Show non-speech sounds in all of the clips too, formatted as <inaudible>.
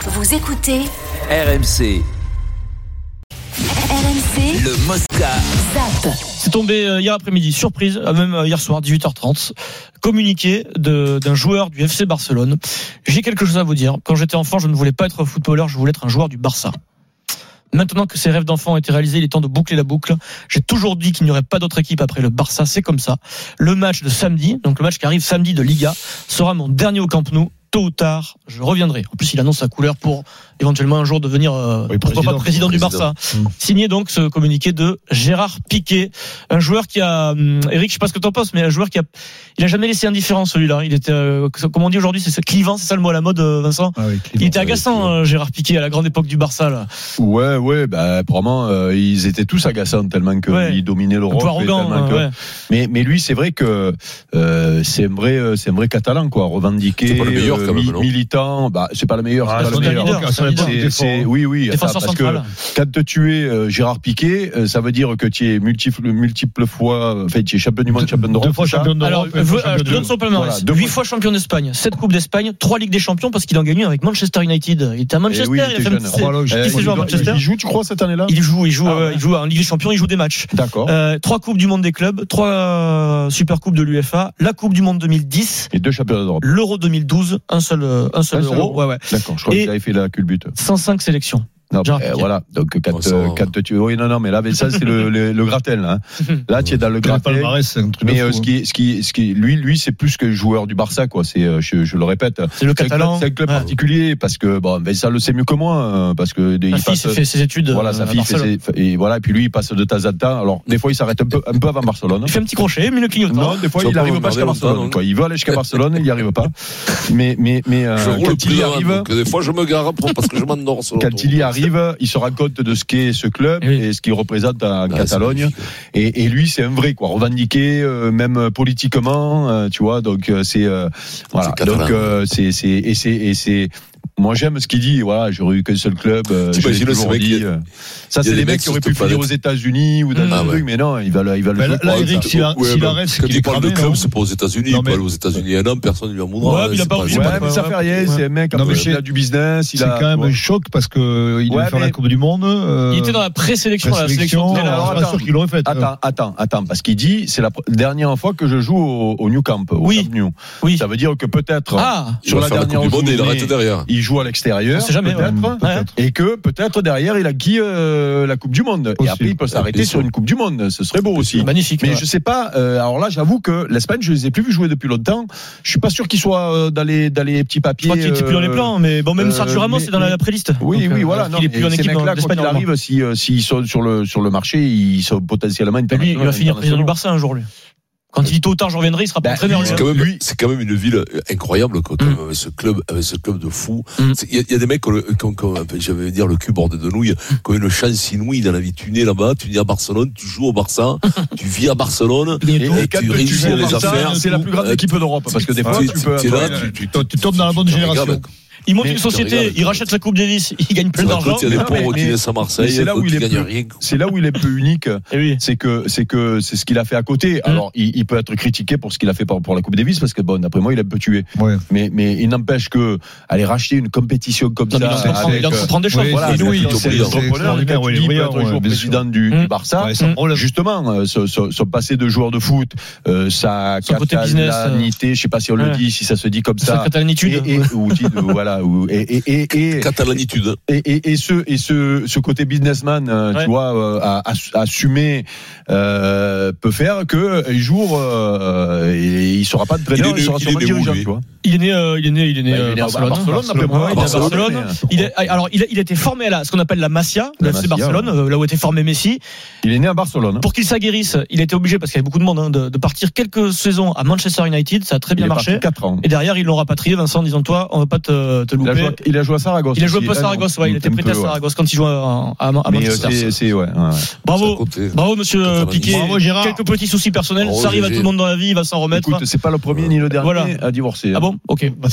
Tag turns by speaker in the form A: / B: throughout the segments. A: Vous écoutez
B: RMC,
A: RMC
B: le Mosca.
A: Zap.
C: C'est tombé euh, hier après-midi, surprise, euh, même euh, hier soir, 18h30, communiqué de- d'un joueur du FC Barcelone. J'ai quelque chose à vous dire. Quand j'étais enfant, je ne voulais pas être footballeur, je voulais être un joueur du Barça. Maintenant que ces rêves d'enfant ont été réalisés, il est temps de boucler la boucle. J'ai toujours dit qu'il n'y aurait pas d'autre équipe après le Barça, c'est comme ça. Le match de samedi, donc le match qui arrive samedi de Liga, sera mon dernier au Camp Nou. Tôt ou tard, je reviendrai. En plus, il annonce sa couleur pour éventuellement un jour devenir euh,
D: Oui,
C: pourquoi pas président,
D: président.
C: du Barça.
D: Mm.
C: Signé donc ce communiqué de Gérard Piquet, un joueur qui a hum, Eric, je sais pas ce que t'en penses, mais un joueur qui a il a jamais laissé indifférent celui-là. Il était euh, comment on dit aujourd'hui, c'est ce clivant, c'est ça le mot à la mode, euh, Vincent.
D: Ah oui,
C: Il
D: Clément,
C: était
D: ouais,
C: agaçant,
D: Clément.
C: euh, Gérard Piquet, à la grande époque du Barça. Là.
D: Ouais, ouais, bah, probablement, euh, ils étaient tous agaçants tellement qu'ils
C: Ouais.
D: dominaient
C: Un
D: l'Europe.
C: peu
D: et
C: arrogant.
D: tellement que-
C: euh, ouais.
D: mais, mais lui, c'est vrai que euh, c'est un vrai, euh, c'est un vrai catalan, quoi, revendiqué,
E: C'est pas le meilleur,
D: euh,
E: quand même, non
D: militant. Bah, c'est pas le meilleur,
C: Ah,
D: c'est
C: c'est
D: pas
C: un
D: le meilleur.
C: leader, c'est un leader.
D: C'est- c'est- oui, oui, attends,
C: Défenseur
D: parce que
C: central.
D: quand tu es euh, Gérard Piquet, euh, ça veut dire que tu es multiple, multiple fois, euh, enfin, tu es champion du monde, champion d'Europe.
F: Deux fois
D: c'est ça
F: champion d'Europe.
C: Alors,
F: une fois
C: euh,
F: champion
C: je te
F: du
C: donne
F: monde.
C: son palmarès.
D: Voilà, deux
C: 8
D: fois-
C: fois champion d'Espagne, 7 Coupes d'Espagne, 3 Ligues des Champions parce qu'il en gagnait avec Manchester United. Il était à Manchester,
D: Eh oui,
C: il,
D: il
C: a fait
D: était
C: un
D: jeune.
C: petit-
D: Trois
F: Trois loges.
C: il s'est
D: Eh,
C: joué à Manchester.
F: Il joue, tu crois, cette année-là
C: Il joue, il joue,
D: Ah ouais.
C: euh, il joue en Ligue des Champions, il joue des matchs.
F: Oh.
D: D'accord.
C: Euh, trois coupes du monde des clubs, trois euh, super coupes de l'UFA, la Coupe du monde 2010,
D: Et deux champions d'Europe.
C: l'Euro 2012, un seul, euh, un seul
D: Un seul
C: Euro.
D: Euro.
C: Ouais, ouais.
D: D'accord, je crois
C: Et-
D: qu'il avait fait la culbute.
C: 105 sélections.
D: Non,
C: Genre,
D: eh,
C: ok.
D: voilà. Donc,
E: On
D: quand,
E: sent-
D: euh, quand tu. Oui, non, non, mais là, mais ça, c'est le, le, le gratin, là. hein. Là, tu es dans le
F: Le
D: gratin.
F: palmarès, c'est un truc de
D: Mais
F: fou,
D: euh, ce
F: hein.
D: qui, ce qui, ce qui, lui, lui, c'est plus que joueur du Barça, quoi. C'est, euh, je, je le répète.
C: C'est le
D: C'est un club,
C: catalan.
D: c'est un club
C: Ouais.
D: particulier parce que bon, ben ça le sait mieux que moi, euh, parce que
C: Sa
D: il
C: fille
D: passe.
C: s'est fait ses études.
D: Voilà,
C: euh,
D: sa
C: à
D: fille, fait
C: Barcelone.
D: ses- et voilà, et puis lui, il passe de temps en temps. Alors, des fois, il s'arrête un peu, un peu avant Barcelone.
C: Il fait un petit crochet, mais le clignotant.
D: Non, des fois,
E: Tu vas
D: il
E: pas
D: arrive
E: me
D: pas jusqu'à
E: demander longtemps,
D: Barcelone.
E: donc.
D: Quoi. Il veut aller jusqu'à Barcelone, il n'y arrive pas. Mais, mais, mais euh,
E: Je roule
D: quand
E: plus
D: il y
E: loin,
D: arrive,
E: donc des fois je me gare pour- parce que je m'endors. sur
D: quand
E: l'autoroute.
D: il y arrive, il se rend compte de ce qu'est ce club
C: Eh oui.
D: et ce qu'il représente en
E: Ah, c'est
D: Catalogne.
E: magnifique.
D: Et, et lui, c'est un vrai, quoi, revendiqué, euh, même politiquement, euh, tu vois. Donc euh, c'est euh, voilà.
E: C'est
D: Donc
E: catalan.
D: euh, c'est c'est et c'est et c'est. Moi j'aime ce qu'il dit. Voilà, j'aurais eu qu'un seul club. euh, je l'ai
E: T'imagines,
D: toujours
E: ce mec,
D: dit,
E: il y a-
D: euh. ça
E: il y
D: c'est
E: a des
D: les
E: mecs
D: mecs qui
E: sur
D: auraient
E: toute
D: pu finir
E: planète.
D: aux États-Unis ou dans
C: Ah
D: un
E: ouais.
D: truc, mais non, il va le, il va le.
F: Ben
D: jouer
F: là,
D: pour
F: là,
D: un,
F: Eric,
D: ça.
F: s'il a-
E: Ouais,
F: s'il
E: bah,
F: arrête, c'est
E: Quand
F: qu'il
E: il
F: est
E: parle de
F: cramé,
E: club,
F: hein.
E: c'est pas aux États-Unis.
F: Non,
E: Il
F: mais-
E: parle aux États-Unis il y en a un, personne ne lui en voudra.
C: Ouais, mais il a pas envie,
D: Ouais,
C: pas-
D: mais ça fait rien.
C: ouais.
D: C'est un mec.
F: Non, mais
D: après,
F: chez-
D: il a du business.
F: C'est
D: Il a.
F: quand même
D: Ouais.
F: un choc parce qu'il
D: Ouais,
F: devait faire
D: mais-
F: la Coupe du Monde. euh,
C: Il était dans la présélection, la sélection.
F: sélection.
D: Mais alors,
F: Je suis pas
D: attends.
F: sûr qu'il l'aurait hein. fait.
D: Attends, attends, attends, parce qu'il dit c'est la pr- dernière fois que je joue au, au New Camp. Au
C: Oui.
D: Camp Nou.
C: Oui.
D: Ça veut dire que peut-être euh,
C: Ah,
E: Sur la dernière Coupe du Monde, et il arrête derrière.
D: il joue à l'extérieur.
C: on sait jamais. ouais.
D: peut-être,
C: Ouais.
D: Et que peut-être derrière il a acquis euh, la Coupe du Monde. Et
F: Possible.
D: après il peut s'arrêter
E: Bien
D: sur
E: sûr.
D: une Coupe du Monde. Ce serait beau aussi.
C: Magnifique.
D: Mais
C: ouais.
D: je sais pas. euh, alors là, j'avoue que l'Espagne, je les ai plus vus jouer depuis longtemps. Je suis pas sûr qu'ils soient euh, dans les dans les petits
C: Je
D: papiers.
C: crois qu'il était plus dans les
D: euh,
C: plans, mais bon, même
D: euh,
C: Sergio Ramos
D: mais-
C: est dans la
D: mais-
C: préliste.
D: Oui,
C: Donc,
D: oui,
C: euh,
D: voilà. Non,
C: Il est
D: mais
C: plus en
D: ces
C: équipe
D: mecs-là, quand
C: d'Espagne.
D: ils
C: normalement.
D: arrivent, si, euh, s'ils sont sur le sur le marché, ils sont potentiellement
C: Mais Lui, il va
D: internationaux,
C: finir président du Barça un jour, lui. Quand il dit tôt ou tard, je reviendrai, il sera pas
D: Bah,
C: entraîneur.
D: lui,
C: lui,
E: C'est
C: hein.
E: quand, même- c'est quand même une ville incroyable, quoi, quand
C: Mm.
E: même, avec ce club, avec ce club de fous.
C: Mm.
E: C'est- Il y, a- il y a des mecs, qui ont le- qui ont- qui ont- enfin, j'allais dire le cul bordé de nouilles, qui ont une chance inouïe dans la vie. Tu nais là-bas, tu nais à Barcelone, tu joues au Barça, tu vis à Barcelone,
D: Et, et
E: tu
D: quand
E: réussis
D: joues au
E: à les
D: Barça,
E: affaires.
D: C'est la plus grande
E: Euh,
D: équipe d'Europe parce que des fois
E: t'es-
D: tu peux.
E: t'es là,
D: avoir-
E: tu- tu-
F: Tu tombes dans la bonne
E: tu
F: génération.
E: regardes,
C: Il monte
D: Mais-
C: une
E: Tu
C: société,
E: rigoles.
C: il rachète sa Coupe Davis, il gagne
E: Tu
C: plein d'argent.
E: racontes, il y a des
D: Non, mais-
E: pauvres qui
D: mais-
E: naissent à Marseille,
D: mais c'est là où
E: d'autres
D: il
E: qui
D: est
E: gagnent
D: plus-
E: rien.
D: C'est là où il est peu unique.
C: Eh oui.
D: c'est que c'est que c'est ce qu'il a fait à côté. Alors il, il peut être critiqué pour ce qu'il a fait pour, pour la Coupe Davis parce que bon, d'après moi, il a peu tué.
F: Ouais.
D: Mais mais il n'empêche que aller racheter une compétition comme
C: Non, mais il
D: ça.
C: entreprend-
D: avec, euh,
C: il entreprend des choses.
F: Oui,
D: voilà,
C: Il est
D: c'est-
C: inouï.
E: plutôt
D: c'est
E: brillant.
D: l'entrepreneur et quand
F: Ouais,
D: tu dis, il peut être un
F: ouais,
D: jour
F: bien
D: président du,
C: Mm.
D: du Barça.
F: Ouais,
C: Mm.
F: sans problème.
D: Justement, euh, ce, ce- ce passé de joueur de foot, euh, sa
C: Son côté business, euh.
D: catalanité, je sais pas si on
C: Ouais.
D: le dit, si ça se dit comme
C: Sa
D: ça.
C: catalanitude.
D: Et, et- ou titre, voilà, ou- et- et- et- et-
E: Catalanitude. hein.
D: et, et, et ce et ce ce côté businessman, euh,
C: Ouais.
D: tu vois, euh, à- à- assumer euh, peut faire que un jour euh, il, il sera pas de
E: Il
D: traîneur,
E: est
D: il,
E: né-
D: sera
E: il est
D: sûrement
E: né où,
D: dirigeant,
E: lui
D: tu vois.
C: Il est né, euh, il est né, il est né
D: Bah, il
C: euh,
D: est né à
C: Barcelone.
D: Barcelone, d'après
C: Il
D: moi,
C: est à
E: Barcelone,
C: Barcelone. Il est, alors, il a, il a été formé à la, ce qu'on appelle la Masia, le
D: La
C: FC
D: Masia,
C: Barcelone, euh, là où était formé Messi.
D: Il est né à Barcelone.
C: Pour qu'il s'aguerrisse, il était obligé, parce qu'il y avait beaucoup de monde, hein, de, de partir quelques saisons à Manchester United. Ça a très bien
D: il
C: marché.
D: 4 ans.
C: Et derrière, ils l'ont rapatrié, Vincent, en disant, toi, on va pas te, te
D: Il a,
C: louper.
D: joué, à- il a joué à Saragosse.
C: Il a joué un peu à
D: aussi. Ah non,
C: Saragosse, ouais, il
D: un
C: était prêté
D: peu,
C: à
D: ouais.
C: Saragosse Ah, quand il jouait à, à- à
D: Mais euh,
C: Manchester.
D: c'est, c'est ouais. ouais, ouais.
E: Ça
C: Bravo.
E: compte, eh.
C: Bravo, monsieur euh,
E: 90.
C: Piquet.
F: Bravo, Gérard.
C: Quelques petits soucis personnels.
E: Oh,
C: ça arrive à tout
E: GG.
C: le monde dans la vie, il va s'en remettre.
D: Écoute, c'est pas le premier ni le dernier
C: hein. Voilà.
D: à divorcer.
C: ah bon
D: <laughs>
C: Ok. Euh,
D: Bah,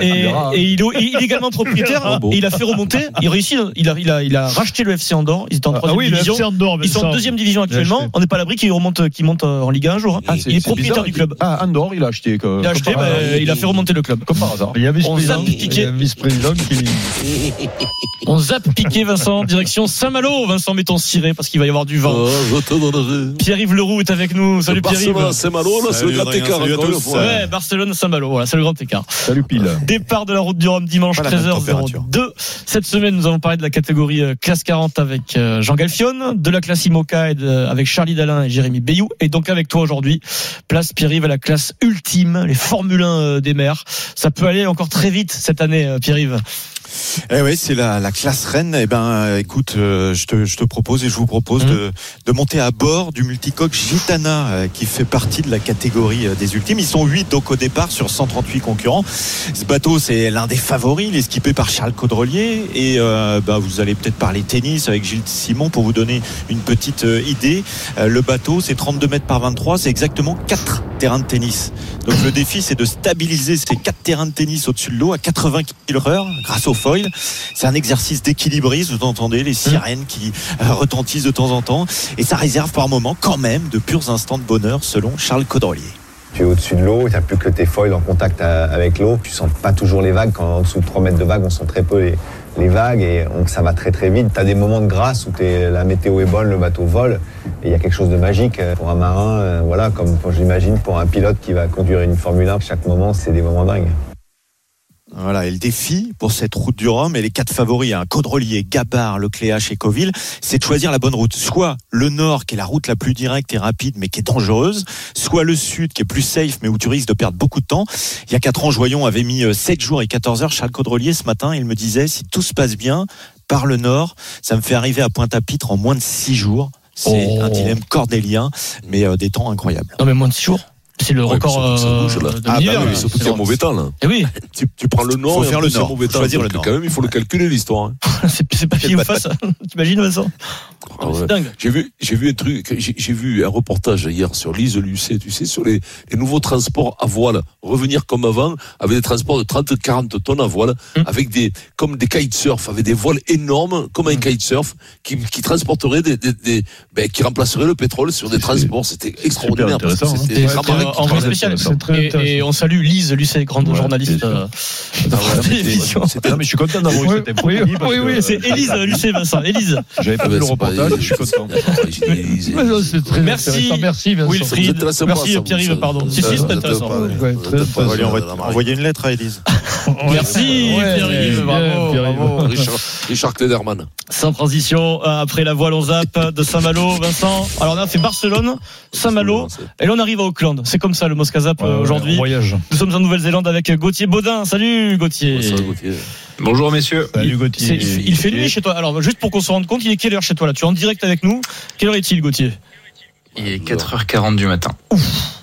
D: tu
C: et,
D: verras, hein.
C: et il, est- il est également propriétaire.
E: Ah bon
C: et il a fait remonter. Il réussit. hein. Il a, il a, il a racheté le FC Andorre. Ils étaient en
F: Ah
C: troisième
F: oui, le
C: division.
F: FC Andorre,
C: Ils sont en
F: Vincent.
C: deuxième division
F: Il a
C: actuellement.
F: acheté.
C: On n'est pas à l'abri qu'il remonte, qu'il monte euh, en Ligue 1 un jour. hein.
D: Ah, c'est-
C: il est
D: c'est
C: propriétaire
D: bizarre.
C: du club.
D: Ah, Andorre, il a acheté. que-
C: Il a acheté,
D: comme par
C: bah,
D: hasard.
C: il a fait remonter le club.
D: Comme par hasard.
F: Il y avait
C: On
F: ce
C: zappe
F: président.
C: Piquet.
F: Il y a un vice-président qui.
C: On zappe Piquet, Vincent, direction Saint-Malo. Vincent, mets ton ciré parce qu'il va y avoir du vent.
D: Euh,
E: Oh, je te donnerai.
C: Pierre-Yves Leroux est avec nous. Salut Pierre-Yves.
E: Barcelone, c'est Malo, là, c'est le
A: Salut, Adrien,
E: Gatécar,
A: salut à
E: encore
A: tous.
E: une fois.
C: Ouais, Barcelone-Saint-Malo. Voilà, c'est le grand écart.
F: Salut Pile.
C: Départ de la route du Rhum dimanche
A: Voilà,
C: 13h02. Cette semaine, nous avons parlé de la catégorie euh, classe 40 avec euh, Jean Galfion, de la classe IMOCA et de- euh, avec Charlie Dalin et Jérémy Bayou. Et donc avec toi aujourd'hui, place Pierre-Yves à la classe ultime, les Formule 1 euh, des mers. Ça peut aller encore très vite cette année, euh, Pierre-Yves.
A: Eh oui, c'est la, la classe reine. Eh ben, euh, écoute, euh, je, te, je te propose et je vous propose
C: Mhm.
A: de, de monter à bord du multicoque Gitana, euh, qui fait partie de la catégorie euh, des ultimes. Ils sont 8 donc au départ sur 138 concurrents. Ce bateau, c'est l'un des favoris. Il est skippé par Charles Caudrelier. Et euh, bah, vous allez peut-être parler tennis avec Gilles Simon pour vous donner une petite euh, idée. Euh, le bateau, c'est 32 mètres par 23. C'est exactement 4 terrains de tennis. Donc le défi, c'est de stabiliser ces 4 terrains de tennis au-dessus de l'eau à 80 km/h grâce au foil. C'est un exercice d'équilibriste, vous entendez les sirènes qui euh, retentissent de temps en temps. Et ça réserve par moment quand même de purs instants de bonheur selon Charles Caudrelier.
B: Tu es au-dessus de l'eau, tu n'as plus que tes foils en contact euh, avec l'eau. Tu sens pas toujours les vagues. Quand en dessous de 3 mètres de vagues, on sent très peu les, les vagues et donc ça va très très vite. Tu as des moments de grâce où t'es- la météo est bonne, le bateau vole et il y a quelque chose de magique euh, pour un marin. euh, Voilà, comme pour- j'imagine pour un pilote qui va conduire une Formule 1, chaque moment, c'est des moments dingues.
A: Voilà, et le défi pour cette route du Rhum et les quatre favoris, hein, Caudrelier, Gabard, Lecléache et Coville, c'est de choisir la bonne route. Soit le nord, qui est la route la plus directe et rapide, mais qui est dangereuse, soit le sud, qui est plus safe, mais où tu risques de perdre beaucoup de temps. Il y a quatre ans, Joyon avait mis 7 jours et 14 heures. Charles Caudrelier, ce matin, il me disait, si tout se passe bien, par le nord, ça me fait arriver à Pointe-à-Pitre en moins de 6 jours. C'est
C: Oh.
A: un dilemme cordélien, mais euh, des temps incroyables.
C: Non, mais moins de 6 jours. C'est le
E: Ouais,
C: record
E: parce que ça
C: euh,
E: bouge, là.
C: de
A: Ah, bah
C: l'hiver.
A: oui,
C: là.
E: Surtout qu'il y a
C: C'est-
E: mauvais temps, là.
C: Eh oui, <laughs>
E: Tu, tu prends le nord
A: Faut
E: et
A: faire
E: en
A: le
E: plus, il y a
A: nord,
E: mauvais
A: faut
E: temps.
A: choisir
E: Donc,
A: le nord.
E: Quand même, il faut le calculer, l'histoire. hein.
C: c'est c'est pas payé ou face. T'imagines, Vincent
E: Ah ouais.
C: C'est dingue.
E: J'ai vu, j'ai vu un truc, j'ai j'ai vu un reportage hier sur l'île Lucet, tu sais, sur les, les nouveaux transports à voile. Revenir comme avant, avec des transports de 30, 40 tonnes à voile,
C: Mm.
E: avec des, comme des kitesurf, avec des voiles énormes, comme un kitesurf, qui, qui transporterait des, des, des- ben, qui remplacerait le pétrole sur des transports. C'était extraordinaire. parce que
D: intéressant, hein.
E: c'était
C: Et
E: un
C: c'était,
E: marin
C: euh,
E: qui
C: en vrai
E: travaillait.
C: spécial.
F: C'est très
C: Et,
F: intéressant.
C: et on salue Lise Lucet, grande
D: Ouais,
C: journaliste
D: bien sûr.
C: euh, dans
E: Ah
C: la télévision.
D: C'était- Non, mais je suis content d'avoir eu
F: Oui,
D: cette info.
F: oui, euh,
D: Denis, parce
F: oui,
D: que- euh,
F: oui,
C: C'est Élise
F: <laughs>
C: Lucet, Vincent. Élise.
D: J'avais pas
E: Ah
D: vu
E: ben,
D: le
E: c'est pas-
D: reportage, je suis
E: <laughs>
D: content.
E: Ah, j'ai des-
F: Mais non, c'est très
C: Merci.
F: intéressant. Merci, Vincent.
C: Wilfried.
E: Ça vous intéresse pas,
C: Merci,
E: ça, vous,
C: Pierre-Yves,
E: ça.
C: pardon. Si,
E: Ça,
C: si, c'est
E: ça vous intéresse
C: intéressant.
E: pas,
F: Ouais,
E: ça vous
F: très
E: intéresse pas.
A: On va lui envoyer-
E: La marine.
A: envoyer une lettre à Élise.
C: Merci,
F: Ouais,
C: Pierre-Yves.
F: bien,
C: bravo,
F: Pierre-Yves.
C: bravo.
E: <laughs> Richard, Richard Klederman.
C: Sans transition, euh, après la voile, on zappe de Saint-Malo, Vincent. Alors, on a fait Barcelone, Saint-Malo, et là, on arrive à Auckland. C'est comme ça, le Mosca Zap euh, aujourd'hui.
F: Voyage.
C: Nous sommes en Nouvelle-Zélande avec Gauthier Baudin. Salut, Gauthier.
E: Ça, Gauthier.
G: Bonjour messieurs.
F: Salut
C: C'est-
F: Gauthier.
C: il, fait- il fait nuit chez toi. Alors, juste pour qu'on se rende compte, il est quelle heure chez toi là Tu es en direct avec nous. Quelle heure est-il, Gauthier
G: Il est 4h40 du matin.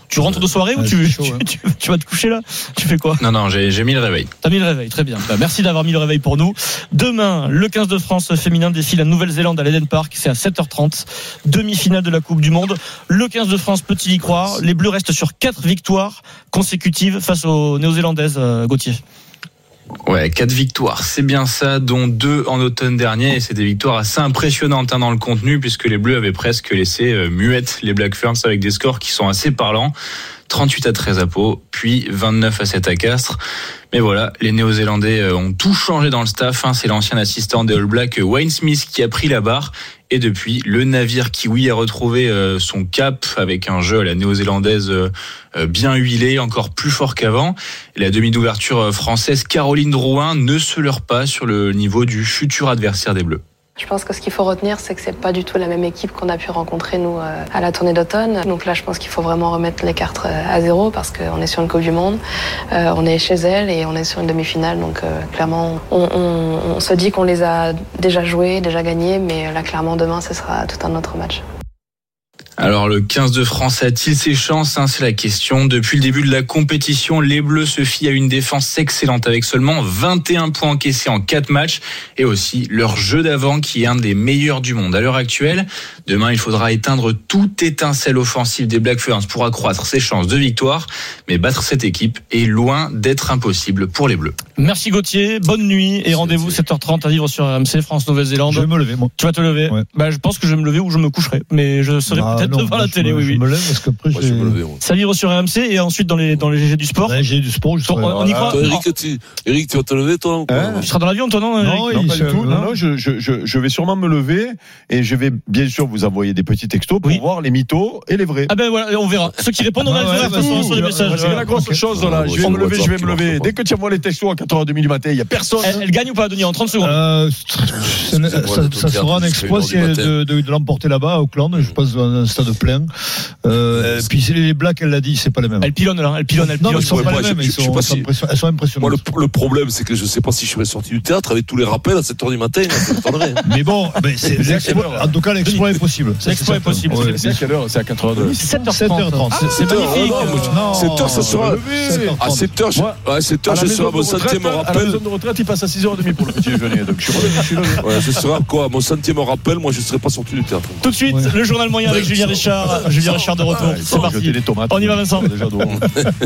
C: Tu rentres de soirée ou
F: Ouais,
C: tu,
F: c'est chaud,
C: tu-
F: hein.
C: tu- tu vas te coucher là Tu fais quoi
G: Non, non, j'ai j'ai mis le réveil.
C: T'as mis le réveil, très bien. Bah, merci d'avoir mis le réveil pour nous. Demain, le 15 de France féminin défile la Nouvelle-Zélande à l'Eden Park. C'est à 7h30. Demi-finale de la Coupe du Monde. Le 15 de France peut-il y croire Les Bleus restent sur quatre victoires consécutives face aux Néo-Zélandaises, euh, Gauthier.
G: Ouais, quatre victoires, c'est bien ça, dont deux en automne dernier. Et c'est des victoires assez impressionnantes hein, dans le contenu, puisque les Bleus avaient presque laissé euh, muettes les Black Ferns avec des scores qui sont assez parlants. 38 à 13 à Pau, puis 29 à 7 à Castres. Mais voilà, les Néo-Zélandais euh, ont tout changé dans le staff. hein. C'est l'ancien assistant des All Blacks, euh, Wayne Smith, qui a pris la barre. Et depuis, le navire Kiwi a retrouvé euh, son cap avec un jeu à la néo-zélandaise euh, euh, bien huilé, encore plus fort qu'avant. La demi d'ouverture euh, française Caroline Drouin ne se leurre pas sur le niveau du futur adversaire des Bleus.
H: Je pense que ce qu'il faut retenir, c'est que c'est pas du tout la même équipe qu'on a pu rencontrer nous euh, à la tournée d'automne. Donc là, je pense qu'il faut vraiment remettre les cartes euh, à zéro parce qu'on est sur une Coupe du Monde, euh, on est chez elle et on est sur une demi-finale. Donc euh, clairement, on, on- on se dit qu'on les a déjà joués, déjà gagnés, mais euh, là, clairement, demain, ce sera tout un autre match.
G: Alors le 15 de France a-t-il ses chances hein, C'est la question. Depuis le début de la compétition, les Bleus se fient à une défense excellente avec seulement 21 points encaissés en 4 matchs et aussi leur jeu d'avant qui est un des meilleurs du monde à l'heure actuelle. Demain, il faudra éteindre toute étincelle offensive des Black Ferns pour accroître ses chances de victoire, mais battre cette équipe est loin d'être impossible pour les Bleus.
C: Merci Gauthier. Bonne nuit et
E: Merci,
C: rendez-vous
E: Gauthier.
C: 7h30 à vivre sur RMC France
F: Je vais
C: Nouvelle-Zélande.
F: me lever, moi.
C: Tu vas te lever.
F: Ouais.
C: Bah, je pense que je vais me lever ou je me coucherai, mais je serai
F: Ah,
C: peut-être devant la télé, oui, oui.
F: Je me lève parce qu'après,
E: Moi, je
F: j'ai.
E: vais me lever, moi.
C: Ça livre sur RMC et ensuite dans les, dans les GG du sport.
F: Ouais, J'ai du sport, je
C: On- on y croit
E: Toi, Eric, tu, Eric, tu vas te lever, toi ou quoi
D: Hein
C: Tu seras dans l'avion, toi, non, Eric
D: Non, hein.
F: Non,
D: il-
F: pas
D: pas
F: du
D: du
F: tout,
D: tout.
F: non.
D: Non, non, je, je- je- je vais sûrement me lever et je vais bien sûr vous envoyer des petits textos pour
C: Oui.
D: voir les mythos et les vrais.
C: Ah ben voilà, on verra. Ceux qui répondent, on a
F: Ah
C: les
F: ouais,
C: horaires, de toute
F: bah,
C: façon,
F: tout.
C: sur les messages.
D: C'est Ah, la
C: Voilà.
D: grosse chose là.
E: Ouais,
D: je vais
E: ouais,
D: me
E: sur le
D: lever, je vais
E: WhatsApp,
D: me
E: tu
D: lever.
E: marches
D: Dès que tu envoies les textos à 4h30 du matin, il n'y a personne. Eh,
C: Elle, elle gagne ou pas, Denis, en 30 secondes
F: Euh, c'est un-
E: Excusez-moi
F: ça,
E: de tout
F: ça
E: dire,
F: sera un
E: parce que
F: exploit
E: c'est
F: si
E: une heure
F: elle-
E: du
F: de, de, de l'emporter là-bas à Auckland. Je passe dans un stade plein. Euh, et puis c'est les Blacks, elle l'a dit, c'est pas les mêmes.
C: Elle pilonne là, elle pilonne, elle
F: non,
C: pilonne.
F: mais ils sont
E: ouais,
F: pas
E: moi,
F: les
E: je-
F: mêmes.
E: je-
F: Ils
E: je sais
F: sont,
E: pas
F: sont
E: si-
F: impression- elles sont
E: Moi, le,
F: impressionnantes.
E: le problème, c'est que je sais pas si je serais sorti du théâtre avec tous les rappels à 7h du matin. là, ça
D: <laughs>
E: m'étonnerait.
F: Mais bon, ben, c'est- en tout cas, l'exploit est possible. Ça,
C: L'exploit
F: c'est
C: est possible,
F: certain.
C: c'est
F: Ouais.
D: C'est à quelle heure C'est à 4h30.
C: 7h30.
F: 7h30.
C: C'est- C'est
E: Putain, oh
C: magnifique.
E: non, moi, je-
F: Non,
E: 7h,
D: Ah,
E: ça sera-
F: lever.
E: À 7h,
D: Moi,
E: je, à 7
D: À
E: heures,
D: Ah, la
E: je
D: maison
E: serai à mon
D: de retraite, hein.
E: centième
D: à la
E: rappel.
D: maison de retraite, il passe à 6h30 pour le petit déjeuner. Donc je suis revenu, je suis levé.
E: Ouais, je serai à quoi à Mon centième rappel, moi, je serai pas sorti du théâtre. <laughs>
C: Tout de suite,
F: Ouais.
C: le journal moyen avec
E: Ouais,
C: Julien
E: ça-
C: Richard. Julien Richard de retour. C'est
D: Jeter
C: parti.
D: les tomates.
C: On y va, Vincent.
D: Déjà, donc.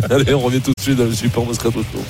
E: Allez, on revient tout de suite dans le Super Moscato Show.